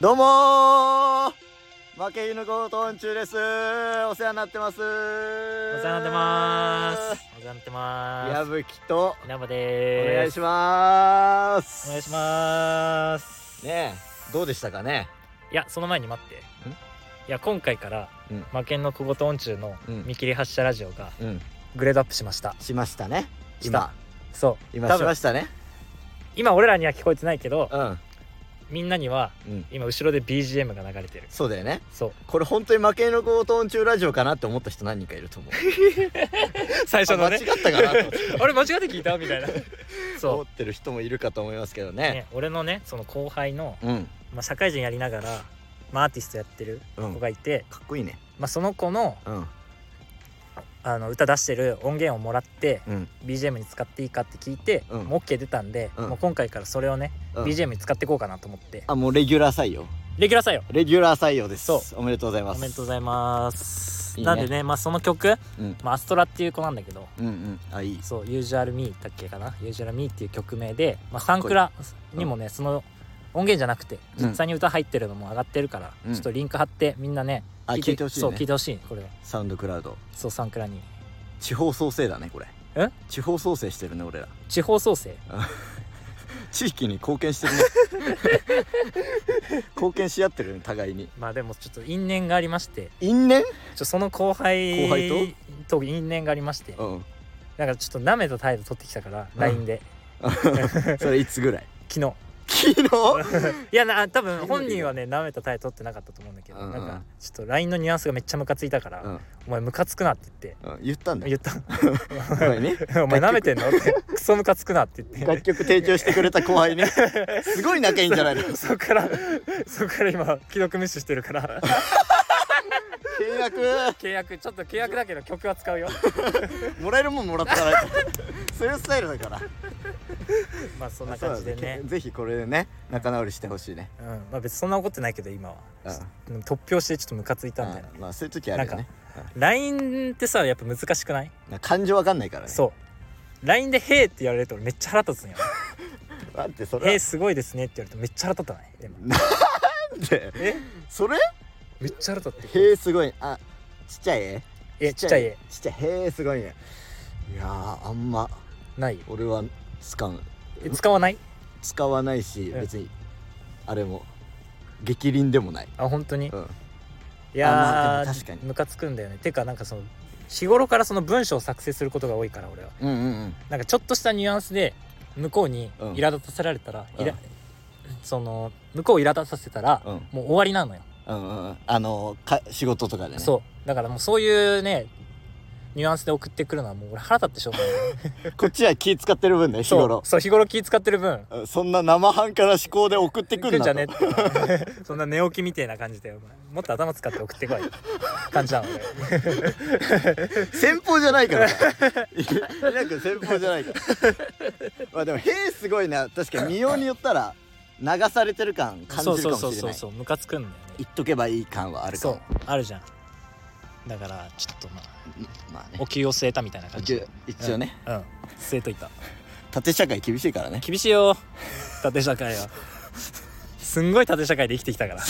どうもー負け犬ゴートン中ですお世話になってますおお世話になってます。お世話になってます。矢吹と稲葉おで願いす。しますお願いします。ねえどうでしたかねいや、その前に待って。いや、今回から、うん魔剣の小言音中のうん見切り発車ラジオがうんグレードアップしました。しましたねし今たそう。今多しま分、したね今俺らには聞こえてないけど、うんみんなには、うん今後ろで BGM が流れてる。そうだよねそう。これ本当に負け犬ゴートン中ラジオかなって思った人何人かいると 思う 最初のあね、間違ったかなと思ってあれ間違って聞いたみ たいな。思 そってる人もいるかと思いますけどう。ねね、俺のね、その後輩の、うんまあ、社会人やりながら、まあ、アーティストやってるうん子かがいて、っこいいねまあ、その子のうんあの歌出してる音源をもらってうん BGM に使っていいかって聞いて、うんもう OK 出たんで、うんもう今回からそれをね、うん BGM に使っていこうかなと思ってあもうレギュラー採用レギュラー採用レギュラー採用ですそおめでとうございおますめでとうございますいいねなんでね、まあ、その曲、うんまあ、アストラっていう子なんだけどうんうんあいいそう「Usual Me」だっけかな「Usual Me」っていう曲名で、まあ、かサっンこいいクラにもね、その音源じゃなくてうん実際に歌入ってるのも上がってるから、うんちょっとリンク貼ってみんなねあ聞いてほしいそう聞いねてほしいこれサウンドクラウドそうサンクラに地方創生だねこれえ地方創生してるね俺ら地方創生地域に貢献して るね貢献し合ってるね互いにまあでもちょっと因縁がありまして因縁ちょその後輩後輩と因縁がありましてうん なんかちょっと舐めた態度取ってきたからうん LINE で、それいつぐらい昨日昨日 いやな多分本人はね舐めた態度取ってなかったと思うんだけど、うんうんなんかちょっと LINE のニュアンスがめっちゃムカついたから「うんお前ムカつくな」って言ってうん言ったんだ言ったお前ね「お前舐めてん の?」って「クソムカつくな」って言っ楽て曲提供してくれた後輩ねすごい仲いいんじゃないのそっからそっから今既読無視してるから契約契約ちょっと契約だけど曲は使 うよもらえるもんもらった からそういうスタイルだからまあそんな感じでねけぜひこれでね仲直りしてほしいねうんまあ別にそんな怒ってないけど今はうんでも突拍子でちょっとムカついたんだよねうんまあそういう時あるよね LINE ってさやっぱ難しくないなんか感情わかんないからねそう LINE で「へーって言われると俺めっちゃ腹立つんよ「だってそへれーはすごいですね」って言われてめっちゃ腹立たないでもでえそれめっちゃ腹立ってへえすごいあちっちゃい絵えちっちゃい絵ちっちゃいへえすごいねいやーあんまない俺は使うえ使わない使わないしうん別にあれも激鱗でもない、あ本当にうん、いやあまあでも確かにームカつくんだよねてかなんかその日頃からその文章を作成することが多いから俺はうんうんなんかちょっとしたニュアンスで向こうにうん苛立たせられたら、うんいらその向こうを苛立たせたら、うんもう終わりなのよ、うんうんうんあのーか仕事とかでねそうだからもうそういうねニュアンスで送ってくるのはもう俺腹立ってしょうがないこっちは気使ってる分ね 日そう頃そう日頃気使ってる分うんそんな生半可な思考で送ってく行るんなじとゃねえってそんな寝起きみたいな感じでお前もっと頭使って送ってこい感じなの俺先方じゃないからさいなく先方じゃないからまあでも「へえすごいな」確かに見ようによったら流されてる感感そうじそるうかそもうしれなそういそうムカつくんだよね言っとけばいい感はあるかそもうあるじゃんだからちょっとまあまあおね給を据えたみたいな感じ一応一応ね、うんうん据えといた縦社会厳しいからね厳しいよ縦社会はすんごい縦社会で生きてきたから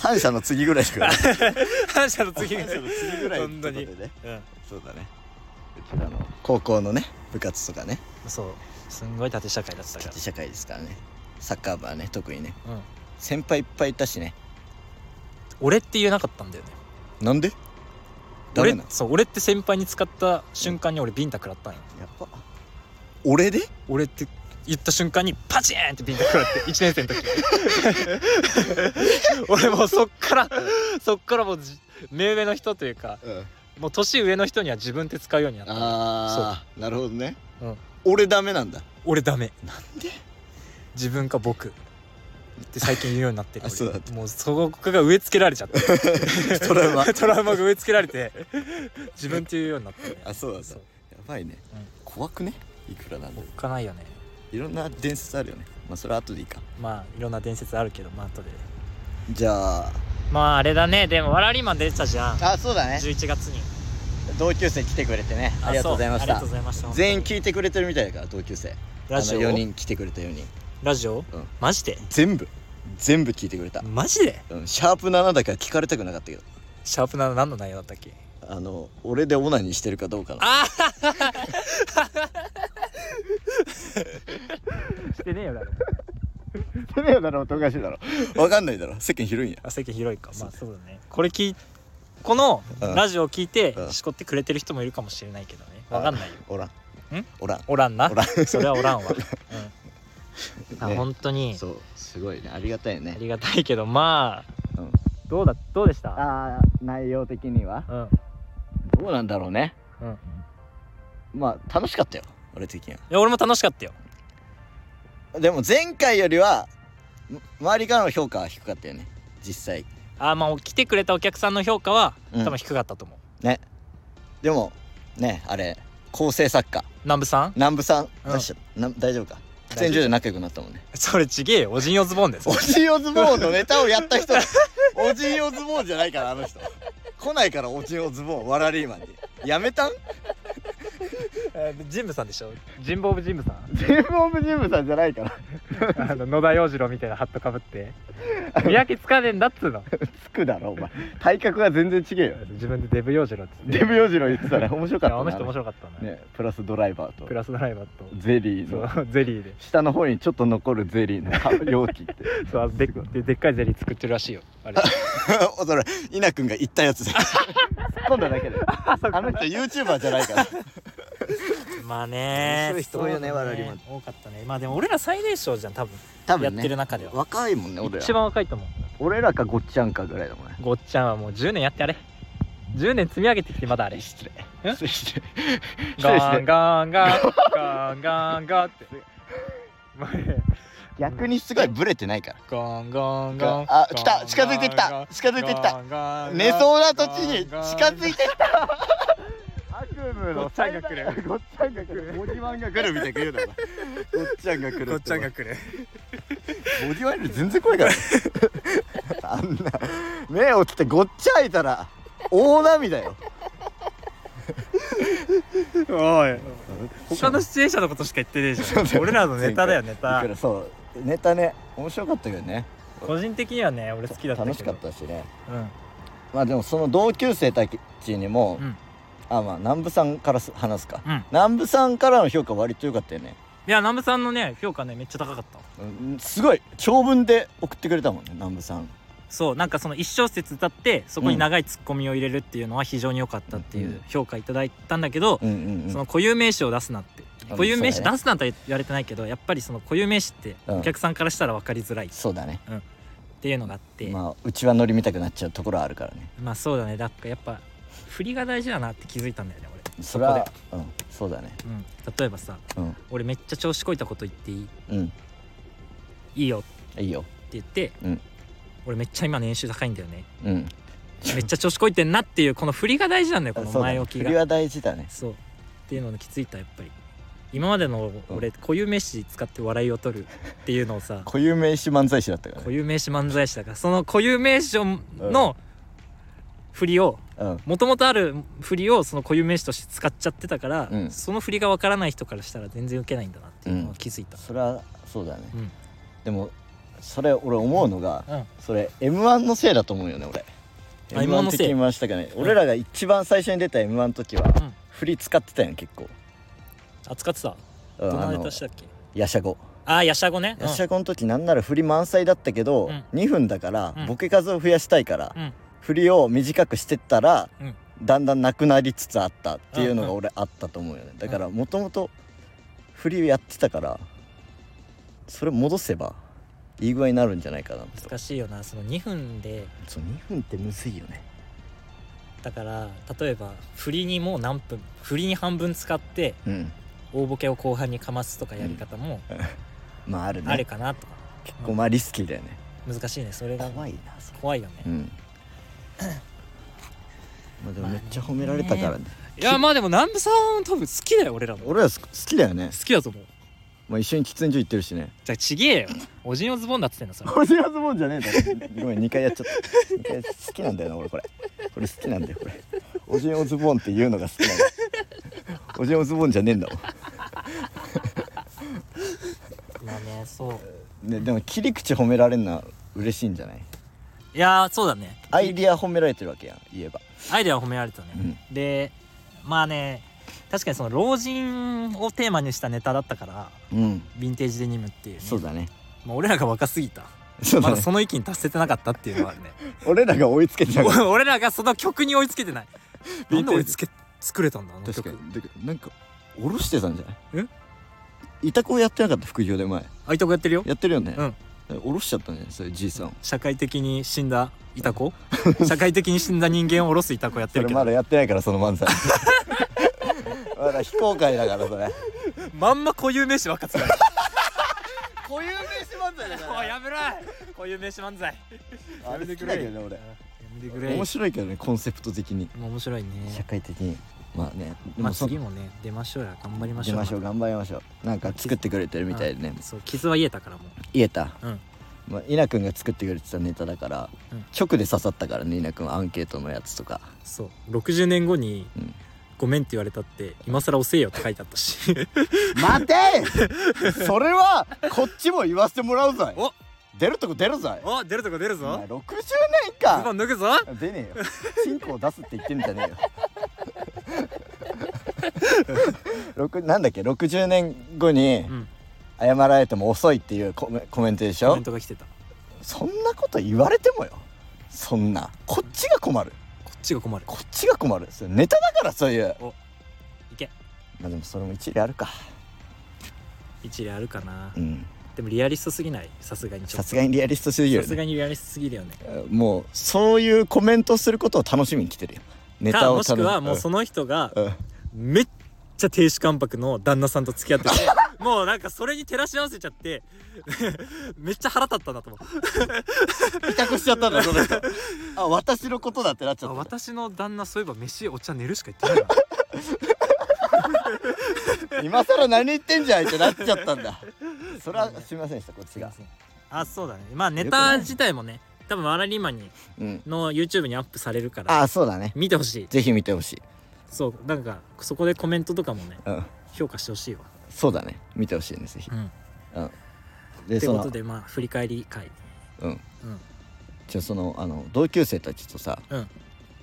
反社の次ぐらいだから、ね、反社の次が反社の次ぐらい本当にってことでねうんそうだねうちらの高校のね部活とかねそうすんごい縦社会だったか縦社会ですからねサッカー部はね特にねらうん先輩いっぱいいたしね俺って言えなかったんだよねなんでダメ俺なのそう俺って先輩に使った瞬間に俺ビンタ食らったんよやっぱ俺で俺って言った瞬間にパチーンってビンタ食らって1 年生の時 俺もうそっからそっからもうじ目上の人というかうんもう年上の人には自分って使うようになったああなるほどね、うん俺ダメなん だ俺ダメなんで自分か僕って最近言うようになってるあそうだったもうそこが植え付けられちゃって トラウマ トラウマが植え付けられて自分って言うようになったねあそうなんだそうやばいね、うん怖くねいくらなんでもおっかないよねいろんな伝説あるよねまあそれは後でいいかまあいろんな伝説あるけどまあ後でじゃあまああれだねでもワラリーマン出てたじゃんあそうだね11月に同級生来てくれてねありがとうございましそありがたとうございました全員聞いてくれてるみたいだから同級生あラのジオ4人来てくれた4人ラジオ、うんマジで全部全部聞いてくれた、マジでうん、シャープ7だから聞かれたくなかったけどシャープな何の内容だったっけあの俺でオナニーしてるかどうかなあしてねえよだろてねえだろおかしいだろわかんないだろ世間広いんやあ席広いかまあそうだねこれ聞いこのうんラジオを聞いてうんしこってくれてる人もいるかもしれないけどねわかんないよおらんん おらんおらんなおらんそ れはおらんわ、うん、あね本当にそうすごいねありがたいねありがたいけどまあ、うんどうだどうでしたあー内容的にはうんどうなんだろうねうんいまあ楽しかったよ俺的にはや俺も楽しかったよでも前回よりはん周りからの評価は低かったよね実際あまあ来てくれたお客さんの評価はうん多分低かったと思う、ねでもねあれ構成作家南部さん 南部さんうん出しちゃったな大丈夫か大喫丈夫煙所で仲良くなったもんねそれちげえよおじんおズボンですオジーオズボーンのネタをやった 人オジーオズボーンじゃないからあの人来ないからオジーオズボーンワラリーマンにやめたんジンブさんでしょジンボオブジンブさん全部オブジムさんじゃないから あの野田洋次郎みたいなハットかぶ って見分けつかねえんだっつうのつくだろお前体格が全然違えよ 自分でデブ洋次郎っつってブヨジロ言ってたら面白 いやあの人面白かったな、ねプラスドライバーとプラスドライバーとゼリーのそうゼリーで下の方にちょっと残るゼリーのか容器って そうあのでででっかいゼリー作ってるらしいよあれそれ稲君が言ったやつで突っ込んだだ けであの人 YouTuber じゃないから まあ面ね白い人多いよねそうだ我々多かったねまあでも俺ら最年少じゃん多分多やってる中では若いもんね俺一ら番若いと思う俺らかごっちゃんかぐらいだもんねごっちゃんはもう10年やってあれ10年積み上げてきてまだあ れ失礼え失礼して失礼ガしンてガ ンガンガンガンガンってまあね逆にすごいブレてないからガンガンガンあ来た近づいてきた近づいてきた寝そうな土地に近づいてきた悪夢の最大ごっちゃんが来るボディワンが来るみたいな言うなお前ごっちゃんが来るこっちゃんが来るボディワンより全然怖いからあんな目をつってごっちゃんいたら大涙よおい 他の出演者のことしか言ってねえじそうだゃんよ俺らのネタだよネだタからそうネタね面白かったけどね個人的にはね俺好きだったけど楽しかったしねうんまあでもその同級生たちにも、うんあまあ南部さんからす話すか、うん南部さんからの評価割と良かったよね、いや南部さんのね評価ねめっちゃ高かったうん、すごい長文で送ってくれたもんね南部さんそうなんかその一小節歌ってそこに長いツッコミを入れるっていうのは非常に良かったっていううん評価いただいたんだけど、うんうんうんその固有名詞を出すなってうん固有名詞そうだね出すなんて言われてないけどやっぱりその固有名詞ってうんお客さんからしたら分かりづらいっそうだねていうのがあって、まあ、まあうちは乗り見たくなっちゃうところはあるからねそうだねだからやっぱ振りが大事だなって気づいたんだよねそれはうんそうだね俺、うん、例えばさうん俺めっちゃ調子こいたこと言っていいうんいいよっていいよ言って、うん俺めっちゃ今年収高いんだよねうんめっちゃ調子こいてんなっていうこの振りが大事な んだよこのそうだ前ね置き振がりは大事だねそうっていうのに気づいたやっぱり今までの俺固有名詞使って笑いを取るっていうの をさ固有名詞漫才師だったから固ね有名詞漫才師だからその固有名詞をの振りをうんもともとある振りをその固有名詞として使っちゃってたから、うんその振りがわからない人からしたら全然ウケないんだなっていうのを気づいた、それはそうだねうんでもそれ俺思うのが、うんそれ m 1のせいだと思うよね俺あ m 1 M1 ののせい時に回したかね、俺らが一番最初に出た m 1の時は、ん振り使ってたやん結構、扱ってたうどん、のあネのタしたっけやしゃごああやしゃごね、うんやしゃごの時なんなら振り満載だったけど、うん2分だから、うんボケ数を増やしたいから、うん振りを短くしてったら、うんだんだんなくなりつつあったっていうのうがんうん俺あったと思うよねだからもともと振りをやってたからそれ戻せばいい具合になるんじゃないかなと難しいよなその2分でそう2分ってむずいよねだから例えば振りにもう何分振りに半分使ってうん大ボケを後半にかますとかやり方もまああるねあれかなとか、結構まあリスキーだよね難しいねそれが怖いな怖いよね、 うんまあでもめっちゃ褒められたからねいやまあでも南部さん多分好きだよ俺らも好俺らす好きだよね、きだと思うまあ、一緒に喫煙所行ってるしねじゃあちげえよおじんのズボンだっつってんのそれ俺のズボンじゃねえだろごめん2回やっちゃった2回やっちゃった好きなんだよな俺これこれ好きなんだよこれおじんおズボンっていうのが好きなんだよおじんおズボンじゃねえんだもんまあねねそうね、でも切り口褒められるのは嬉しいんじゃないいやーそうだねアイディア褒められてるわけやん言えばアイデアは褒められたね、でまあね確かにその老人をテーマにしたネタだったからうん、うん、ヴィンテージデニムっていう,、ねそうだねまあ、俺らが若すぎたそうだまだねその域に達せてなかったっていうのはあ るね俺らが追いつけてなかっお俺らがその曲に追いつけてないヴィンテージなんで追いつけ作れたんだあのた確か曲にだけどなんか下ろしてたんじゃないえいた子やってなかった副業で前あいたこやってるよやってるよねうん下ろしちゃったねそれじいさんを社会的に死んだイタコ社会的に死んだ人間を下ろすイタコやってそるれけまどだやってないからその漫 才まだ非公開だからそれまんま固有名詞ばっか使う固有名詞漫才おいやめろい固有名詞漫才あやれ好めてきくだれけどね俺やめてくれ面白いけどねコンセプト的にまあ面白いね社会的にまあねでまあもそ次もね出ましょうや頑張りまし出ょうましょう頑張りましょうなんか作ってくれてるみたいでねそう傷は癒えたからもう言えた、うんまあ、稲君が作ってくれてたネタだから、うん直で刺さったからね稲君はアンケートのやつとかそう60年後にうん「ごめん」って言われたって今更遅えよって書いてあったし待てそれはこっちも言わせてもらうぞいお出るとこ出るぞいお出るとこ出る お前ぞ60年ズボかン脱ぐぞ出ねえよチンコを出すって言ってんじゃねえよ 六なんだっけ60年後にうん謝られても遅いっていうコメコメントでしコょメントが来てたそんなこと言われてもよそんなこっちが困るこっちが困るこっちが困るそれネタだからそういういけまあでもそれも一理あるか一理あるかなうんでもリアリストすぎないさすがにちょさっとすがにリアリストすぎるよさねすがにリアリストすぎるよねもうそういうコメントすることを楽しみに来てるよネかタをもしくは楽もうその人がうんうんめっちゃ亭主関白の旦那さんと付き合っ ててもうなんかそれに照らし合わせちゃって めっちゃ腹立ったなと思って委託しちゃったんだその人 あ私のことだってなっちゃっあた私の旦那そういえば飯お茶寝るしか言ってないな今更何言ってんじゃんってなっちゃったんだ それはすみませんでしたこっちが あそうだねまあネよくなタい自体もね多分ワラリーマンにうんの YouTube にアップされるからああそうだね見てほしいぜひ見てほしいそうなんかそこでコメントとかもねうん評価してほしいわそうだね見てほしいねぜひうんうんでといそうこのとでまあ振り返り会うんうんじゃあそのあの同級生たちとさうん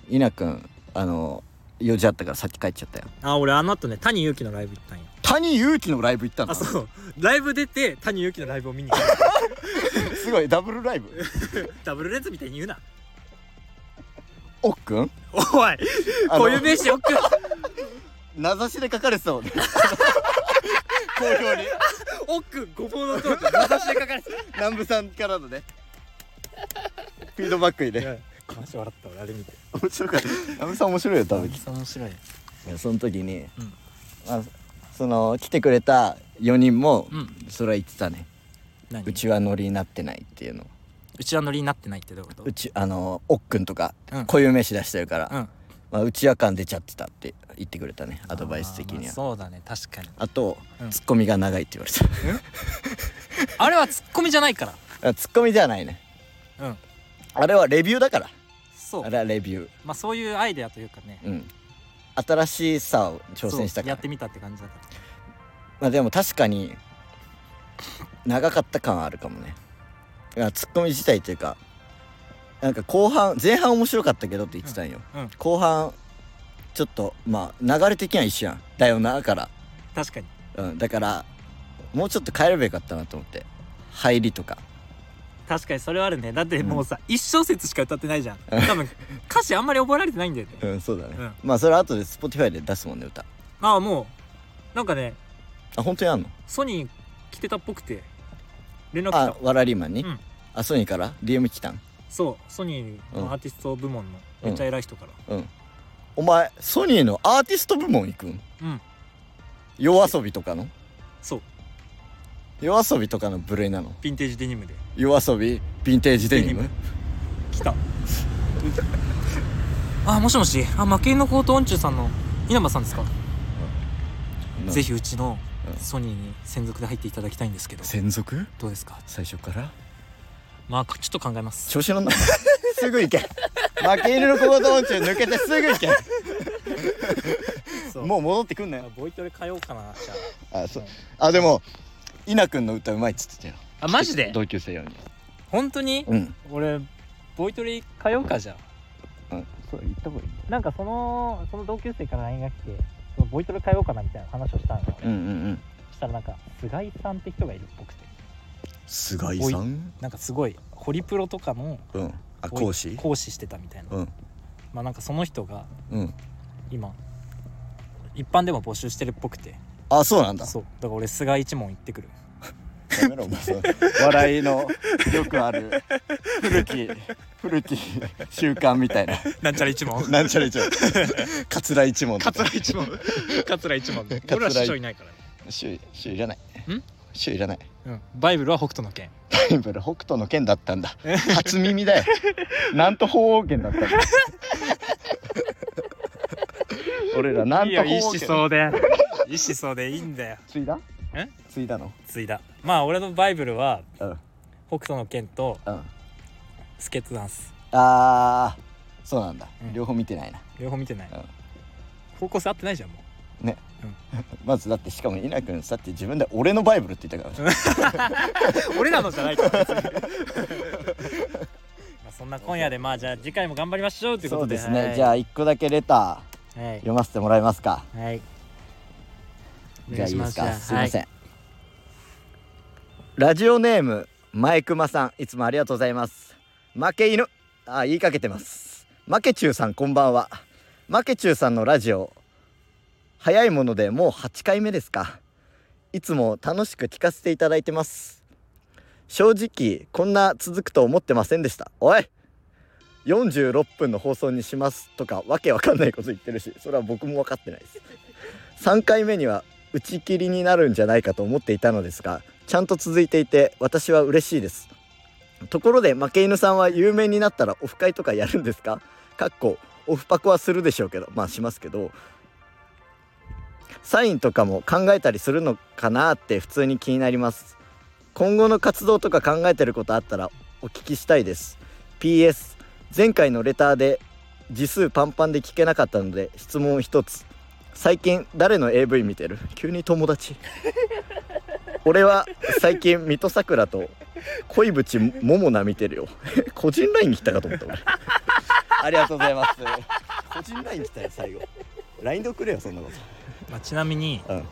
稲君あの用事あったからさっき帰っちゃったよあ俺あの後ね谷祐希のライブ行ったんよ谷祐希のライブ行ったのあそうライブ出て谷祐希のライブを見に行ったすごいダブル ライブダブルレンズみたいに言うなおっくんおいあのこういう名詞よく 名指しで書かれてたも んね好評に奥ごぼうの塔と名指しで書かれて南部さんからのねフィードバックにねたマジ笑った俺あれ見て面白かった南部さん面白いよ多分面白いその時に、うんまあ、その来てくれた4人も、うんそれは言ってたね何うちはノリになってないっていうのうちはノリになってないってどういうことうちあのおっくんとかうん固有名詞出してるから、うんまあ、うちわ感出ちゃってたって言ってくれたねアドバイス的にあーまはああ,、そうだね確かにと、うんツッコミが長いって言われあれはツッコミじゃないかたあツッコミじゃないねらうんあれはレビューだからそうあれはレビューまあそういうアイデアというかねうん、新しさを挑戦したそうかやらってみたって感じだかまあ、でも確かに長かった感あるかもねいやツッコミ自体というかなんか後半前半面白かったけどって言ってたんよ、らうん後半ちょっとまあ流れ的には一緒やんだよなから、確かにうん、だからもうちょっと変えればよかったなと思って入りとか確かにそれはあるねだってもうさ一小節しか歌ってないじゃん多分歌詞あんまり覚えられてないんだよねうんそうだね、うんまあそれ後で Spotify で出すもんね歌ああもうなんかねあ本当にあんのソニー来てたっぽくて連絡来あたわらりマンに、うんあソニーから DM 来たんそうソニーのアーティスト部門のうんめっちゃ偉い人から、うんお前ソニーのアーティスト部門行くんうん夜遊びとかのそう夜遊びとかの部類なのヴィンテージデニムで夜遊びヴィンテージデニムデニ来た あもしもしあ負け犬の高等音中さんの稲葉さんですかなぜひうちのうんソニーに専属で入っていただきたいんですけど専属どうですか最初からまあちょっと考えます調子乗んな すぐ行け負け犬の小言音中抜けてすぐ行けそうもう戻ってくんなよボイトレ通おうかなじゃあそうんあでも稲君の歌うまいっつってたよあマジで同級生よに本当にうん俺ボイトレ通うかじゃうんそう言った方がいいなんかそのその同級生から LINE が来てそのボイトレ通うかなみたいな話をしたのよ、うんうんうんそしたらなんか菅井さんって人がいるっぽくて菅井さんなんかすごいホリプロとかのうんあボイ講師講師してたみたいな、うんまあなんかその人がうん今一般でも募集してるっぽくてあそうなんだそうだから俺菅井一門行ってくるやめろお前その笑いのよくある古き古き習慣みた いななんちゃら一門 なんちゃら一門桂一門とか一門桂一門桂俺ら師匠いないからね週週いらないん週いらないうんバイブルは北斗の拳バイブル北斗の剣だったんだ初耳だよなんと鳳凰剣だったん だ俺らなんいいとよ鳳いい凰思剣想でいい思想でいいんだよついだえついだのついだまあ俺のバイブルはうんうん北斗の拳とあスケットダンスあーそうなんだ、うん両方見てないな両方見てない、うん方向性合ってないじゃんもね、まずだってしかも稲君さって自分で俺のバイブルって言ったからねう俺らのじゃないから 別にまあそんな今夜でまあじゃあ次回も頑張りましょうというこそうとでですね、はいじゃあ一個だけレタはーい読ませてもらえますかはいおじゃ願あいいしでますかすいはません、ラジオネーム前熊さんいつもありがとうございます負け犬あ言いかけてます負け中さんこんばんは負け中さんのラジオ早いものでもう8回目ですかいつも楽しく聞かせていただいてます正直こんな続くと思ってませんでしたおい46分の放送にしますとかわけわかんないこと言ってるしそれは僕も分かってないです3回目には打ち切りになるんじゃないかと思っていたのですがちゃんと続いていて私は嬉しいですところで負け犬さんは有名になったらオフ会とかやるんですか かっこオフパコはするでしょうけどまあしますけどサインとかも考えたりするのかなって普通に気になります今後の活動とか考えてることあったらお聞きしたいです PS 前回のレターで字数パンパンで聞けなかったので質問一つ最近誰の AV 見てる急に友達俺は最近水戸さくらと恋淵ももな見てるよ個人ラインに来たかと思った俺ありがとうございます個人ライン来たよ最後 LINE で送れよそんなこまあ、ちなみにとうん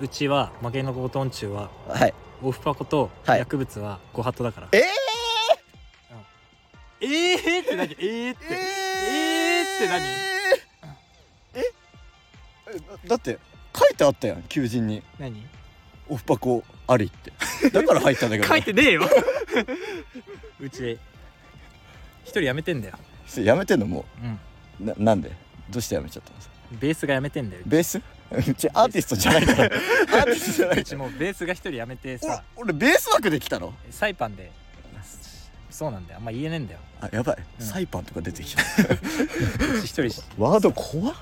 うちは負けのゴトン中ははいオフパコとはい薬物はご法度だから、えーええーって何えーって、えーって何ええだって書いてあったやん求人に何オフパコありってだから入ったんだけど 書いてねえようち一人辞めてんだよそれやめてんのもうんうななんでどうしてやめちゃったんですかベースが辞めてんだよベース うちアーティストじゃないから アーティストじゃなういちもうベースが一人辞めて俺さ俺ベース枠で来たのサイパンでそうなんだよあんま言えねえんだ よあやばい、うんサイパンとか出てきたうち一人し ワード怖っ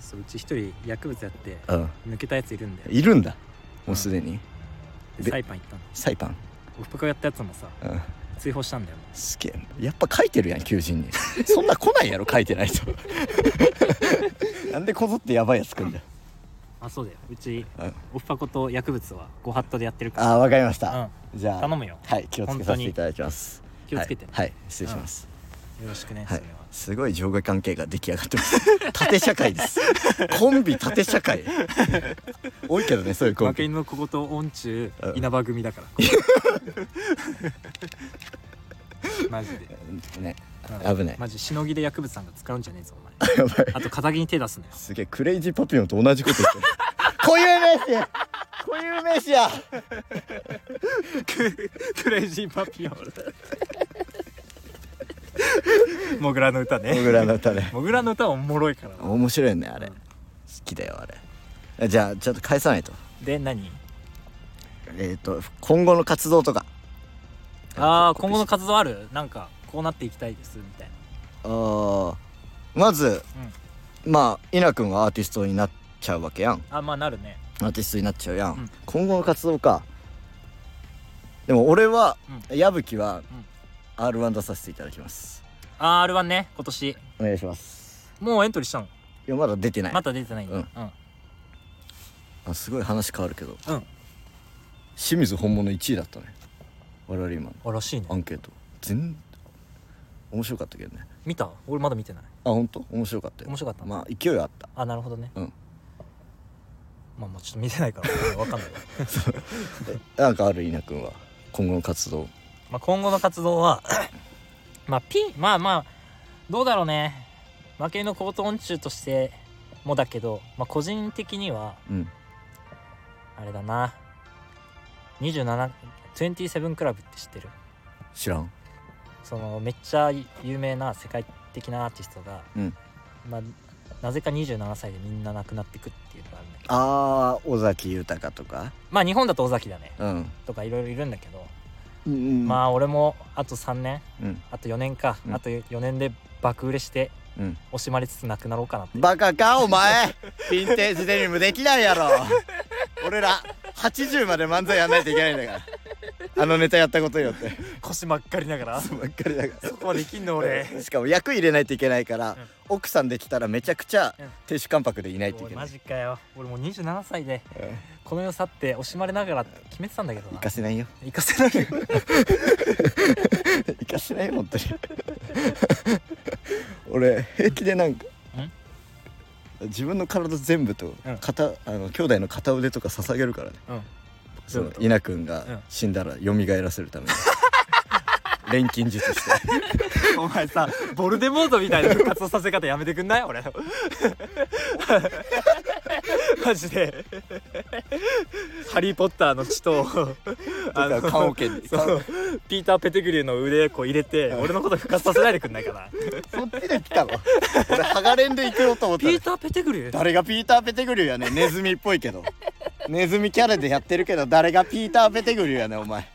そううち一人薬物やってうん抜けたやついるんだよいるんだもうすでに、ででサイパン行ったんだよサイパンオフパコやったやつもさうん追放したんだよすげえやっぱ書いてるやん求人 にそんな来ないやろ書いてない となんでこぞってやばいやつ来んだよあそうだようちうんオフパコと薬物はご法度でやってるかあーわかりましらた、じゃうあん頼むよはい気をつけさせていただきます気をつけて、はい、はい失礼します、よろしくね、はいそれはすごい上下関係が出来上がってます 縦社会 ですコンビ縦社会多いけどねそういうコン負けビ犬のここと音中うん稲葉組だから マジで、ねうん危ないマジしのぎで薬物さんが使うんじゃねえぞお やばい前あと肩に手出すなよ すげえクレイジーパピオンと同じこと言ってる固有名詞固有名詞やクレイジーパピオン モグラの歌小ね倉の歌ねモグラの歌はおもろいからな面白いよねあれ、うん好きだよあれじゃあちょっと返さないとで何えっ、と今後の活動とかああ今後の活動あるなんかこうなっていきたいですみたいなあーまず、まあ稲君はアーティストになっちゃうわけやんあまあなるねアーティストになっちゃうやん、うん今後の活動かでも俺は、矢吹は、r 1出させていただきますあー R1 ね今年お願いしますもうエントリーしたのいやまだ出てない、また出てないんだうんうんあすごい話変わるけどうん清水本物1位だったね我々今のあらしいねアンケート全面白かったけどね見た俺まだ見てないあ本当面白かったよ面白かったまあ勢いはあったあなるほどねうんまあまあちょっと見てないから分かんない わなんかある稲君は今後の活動まあ今後の活 動はまあピンまあまあどうだろうね負けの高等音中としてもだけど、まあ、個人的にはうんあれだな2727クラブって知ってる知らんそのめっちゃ有名な世界的なアーティストが、うんまあ、なぜか27歳でみんな亡くなってくっていうのがあるんだけどあー尾崎豊とかまあ日本だと尾崎だねうん、とかいろいろいるんだけど、うんまあ俺もあと3年うんあと4年か、うんあと4年で爆売れしてうん惜しまれつつなくなろうかなってバカかお前ヴィンテージデニムできないや ろ俺ら80まで漫才やんないといけないんだからあのネタやったことによって 腰まっかりながらそばっかりだからこまできんの俺しかも役入れないといけないから、奥さんできたらめちゃくちゃうん亭主関白でいないといおいけなマいジかよ俺もう27歳でうんこの世去って惜しまれながらって決めてたんだけど行なかせ ないよ行かせないよ行かせないよ本当に 俺平気でなんか自分の体全部とうん片、あの兄弟の片腕とか捧げるからねうんそのどういう稲君うがん死んだら蘇らせるた めに錬金術してお前さボルデモートみたいな復活のさせ方やめてくんない俺 マジで「ハリー・ポッター」の血 とあとか棺桶にそうピーター・ペテグリューの腕こう入れて俺のこと復活させないでくんないかなそっちで来たの俺ハガレンで行くようと思ったピのーター・ペテグリュー誰がピーター・ペテグリューやねんネズミっぽいけどネズミキャラでやってるけど誰がピーター・ペテグリューやねんお前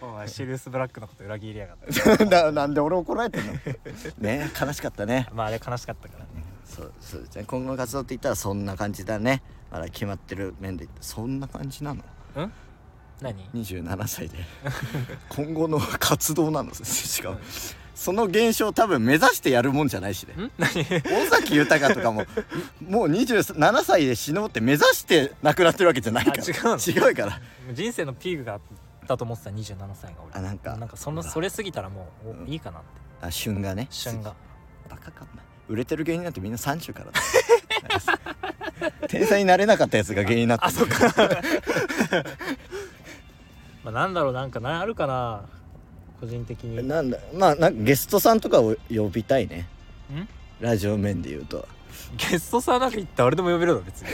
お前シリウス・ブラックのこと裏切りやがって ななんで俺怒られてんの ね悲しかったねまああれ悲しかったからねそうそうですね今後の活動って言ったらそんな感じだねまだ決まってる面で言ってそんな感じなのうん何27歳 で今後の活動なのしかもその現象多分目指してやるもんじゃないしねん何尾崎豊とかももう27歳で死のうって目指して亡くなってるわけじゃないからあ違うの違うから人生のピークがあったと思ってた27歳が俺あなんかなんかそのほらそれ過ぎたらもうおうんいいかなってあ旬がね旬がバカかお前売れてる芸人なんてみんな30からだ天才になれなかったやつが芸人になったあそっかまあ、なんだろうなんかなあるかな個人的にんなんだまあなんかゲストさんとかを呼びたいねラジオ面で言うとゲストさんなんか行ったら誰でも呼べるの別に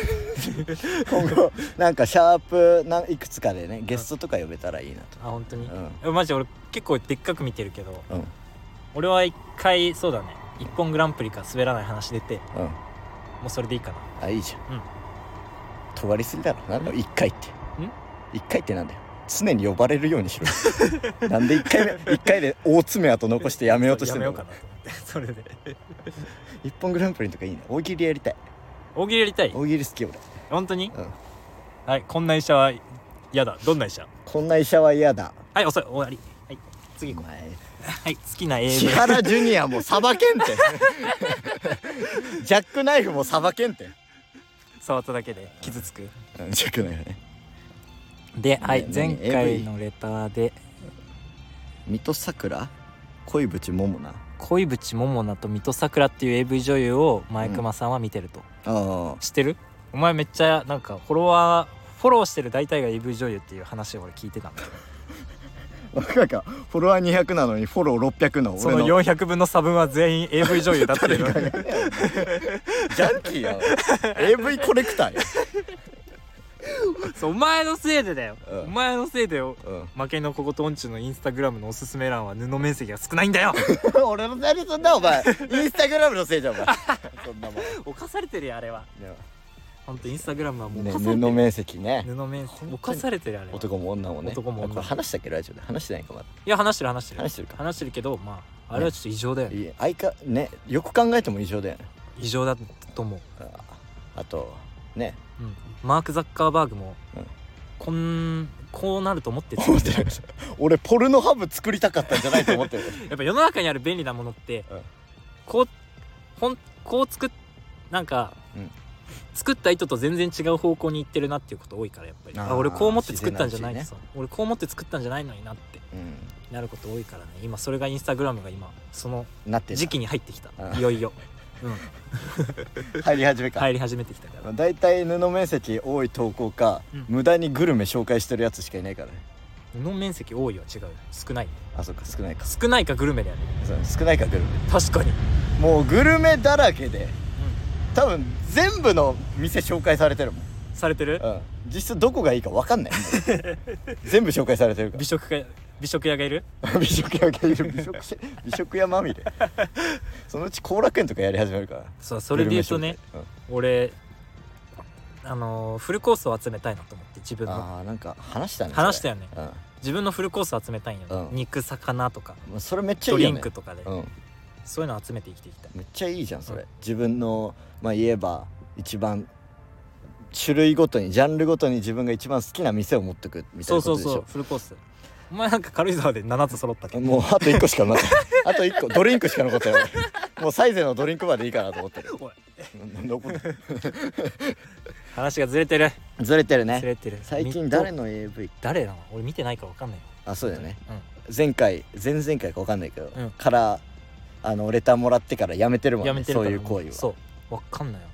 今後なんかシャープないくつかでねゲストとか呼べたらいいなとあ本当にう、んえマジ俺結構でっかく見てるけどうん俺は一回そうだね一本グランプリか滑らない話出てうんもうそれでいいかなあいいじゃん、うん尖りすぎだろなんだ1回ってん一回ってなんだよ常に呼ばれるように しろなんで1回目一回で大爪痕残してやめようとしてんやだめよようかな と思ってそれで一本グランプリとかいいね大喜利やりたい大喜利やりたい大喜利好き俺本当に、うんはいこんな医者は嫌だどんな医者こんな医者は嫌だはい遅い終わりはい次お行こ前うはい好きな映千画原ジュニアもさばけんて ジャックナイフもさばけんて触っただけで傷つくうんジャックナイフねではいね前何回のレターで水戸さくら恋淵桃な恋淵桃菜と水戸桜っていう AV 女優を前熊さんは見てると、ああ知ってるお前めっちゃなんかフォロワーフォローしてる大体が AV 女優っていう話を俺聞いてたんだけどなんかフォロワー200なのにフォロー600のそ俺のの400分の差分は全員 AV 女優だったけどジャンキーやん AV コレクターやそうお前のせいでだよ、うんお前のせいでよん負けのこことんちのインスタグラムのおすすめ欄は布面積が少ないんだよ俺のせいでそんなお前インスタグラムのせいじゃんお前そんなもん犯されてるよあれはねほんとインスタグラムはもう犯されて布る、面積ね布面当積に犯されてるあれは男も女もね男も女もこれ話したっけラジオで話してないかまだいや話してる話してる話してるか話してるけどまああれはちょっと異常だよねいい相かねよく考えても異常だよね異常だと思うああとねうんマーク・ザッカーバーグも、うんこんこうなると思って作思っっててるなかった俺ポルノハブ作りたかったんじゃないと思ってるやっぱ世の中にある便利なものって、うんこうほんこう作っなんか、うん作った意図と全然違う方向に行ってるなっていうこと多いからやっぱりあーあ俺こう思って作ったんじゃない自然なそう俺こう思って作ったんじゃないのになってうなること多いからね今それがインスタグラムが今そのん、なってんだ時期に入ってきたあーい よいよ、うん、入り始めか、入り始めてきたからだいたい布面積多い投稿か、うん無駄にグルメ紹介してるやつしかいないからね布面積多いは違う少ないあそっか少ないか少ないかグルメだよねそう少ないかグルメ確かに、もうグルメだらけで多分全部の店紹介されてるもん、されてるうん、実質どこがいいか分 かんないもん全部紹介されてるか美食家美食屋がいるら 美食屋がいる美食し美食屋まみれそのうち後楽園とかやり始めるからそうそれで言うとねグルメ紹俺あのーフルコースを集めたいなと思って自分介、うんのああなんか話したねそれ話したよねうん自分のフルコースを集めたいんよね、うん肉魚とかまあそれめっちゃドいいよリンねクとかで、うんそういうのを集めて生きていきたいめっちゃいいじゃんそれ、うん自分のまあ言えば一番種類ごとにジャンルごとに自分が一番好きな店を持ってくみたいそうなことそうでしょそうフルコースお前なんか軽井沢で7つ揃ったけどもうあと1個しか なかったあと1個ドリンクしか残ったよ俺もうサイゼのドリンクバーでいいかなと思ってるおい残って話がずれてるずれてるずねれてる最近み誰の AV 誰なの俺見てないから分かんないよあそうだよねうん前回前々回か分かんないけど、うんからあのレターもらってからやめてるもんねやめてるそかうらいう行為はそうわかんないよ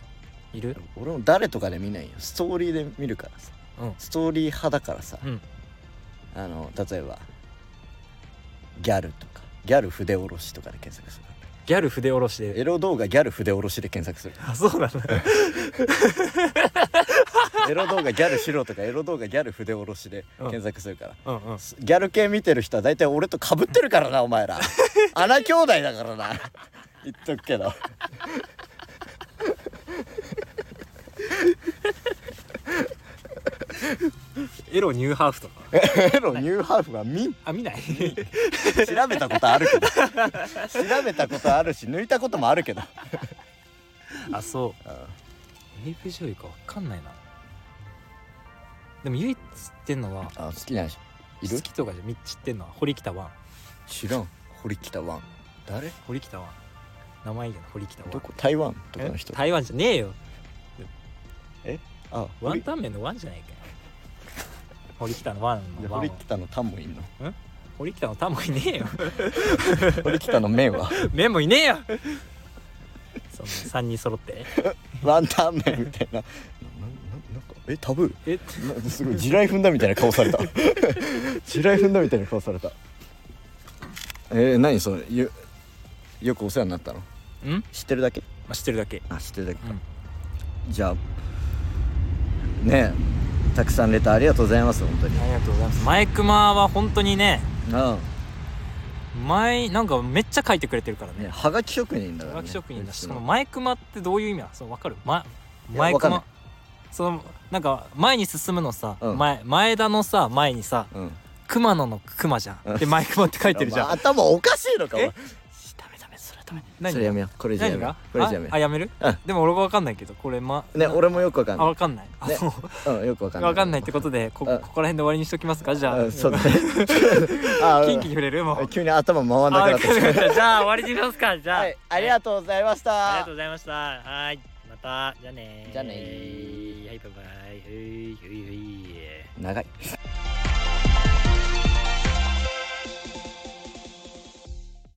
いる俺も誰とかで見ないよストーリーで見るからさうんストーリー派だからさうんあの例えばギャルとかギャル筆下ろしとかで検索するギャル筆下ろしでエロ動画ギャル筆下ろしで検索するあ そうなんだエロ動画ギャル白とかエロ動画ギャル筆下ろしで検索するから、うんうんすギャル系見てる人は大体俺と被ってるからなお 前ら穴兄弟だからな言っとくけどエロニューハーフとかエロニューハーフがミンあ見ない調べたことあるけど調べたことあるし抜いたこともあるけど、あそううんエイプ女優かわかんないなでも唯一知ってんのはあ好きな人い好るきとかじゃみっち知ってんのは堀北ワン知らん堀北ワン誰堀北ワン名前いいよな堀北ワンどこ台湾とかの人え台湾じゃねえよあワン堀タン麺のワンじゃないかよ堀北のワンでのワン堀は北のタンもいんの堀北のタンもいねえよ 堀北の麺は麺もいねえよその3人揃ってワンタン麺みたいななななんかえタブー えなすごい地雷踏んだみたいな顔され た地雷踏んだみたいな顔されたえー、何それよよくお世話になったのうん、ま知ってるだけあ、知ってるだけあ知ってるだけうんじゃあねえたくさんレターありがとうございます本当にありがとうございますマイクマは本当にねう前なんかめっちゃ書いてくれてるからんねねはがき職人だから、ね、学職人だしうそちののマイクマってどういう意味なのそうわかる、ま、いやマイわかクんないマそのなんか前に進むのさ、うん前前田のさ前にさうん熊野の熊じゃんでマイクマって書いてるじゃんお前頭おかしいのかお前えダメダメそれはダメ何それやめようこれじゃや何めよがうこれじゃやめよああやめる、うんでも俺はわかんないけどこれまうね俺もよくわかんあなわかんないあ、ねそういうんよくわかんないわかんないってことでここうんこら辺で終わりにしときますかじゃああ そうだ ねあ近畿に触れるもううん急に頭回んなくなあっわてかきりたましたじゃあ終わりにしますかじゃあ、 はい、ありがとうございましありたがとう。ございました。はい、また、じゃあねー。じゃあねはい、バイバイ。はい、はい、はい。長い。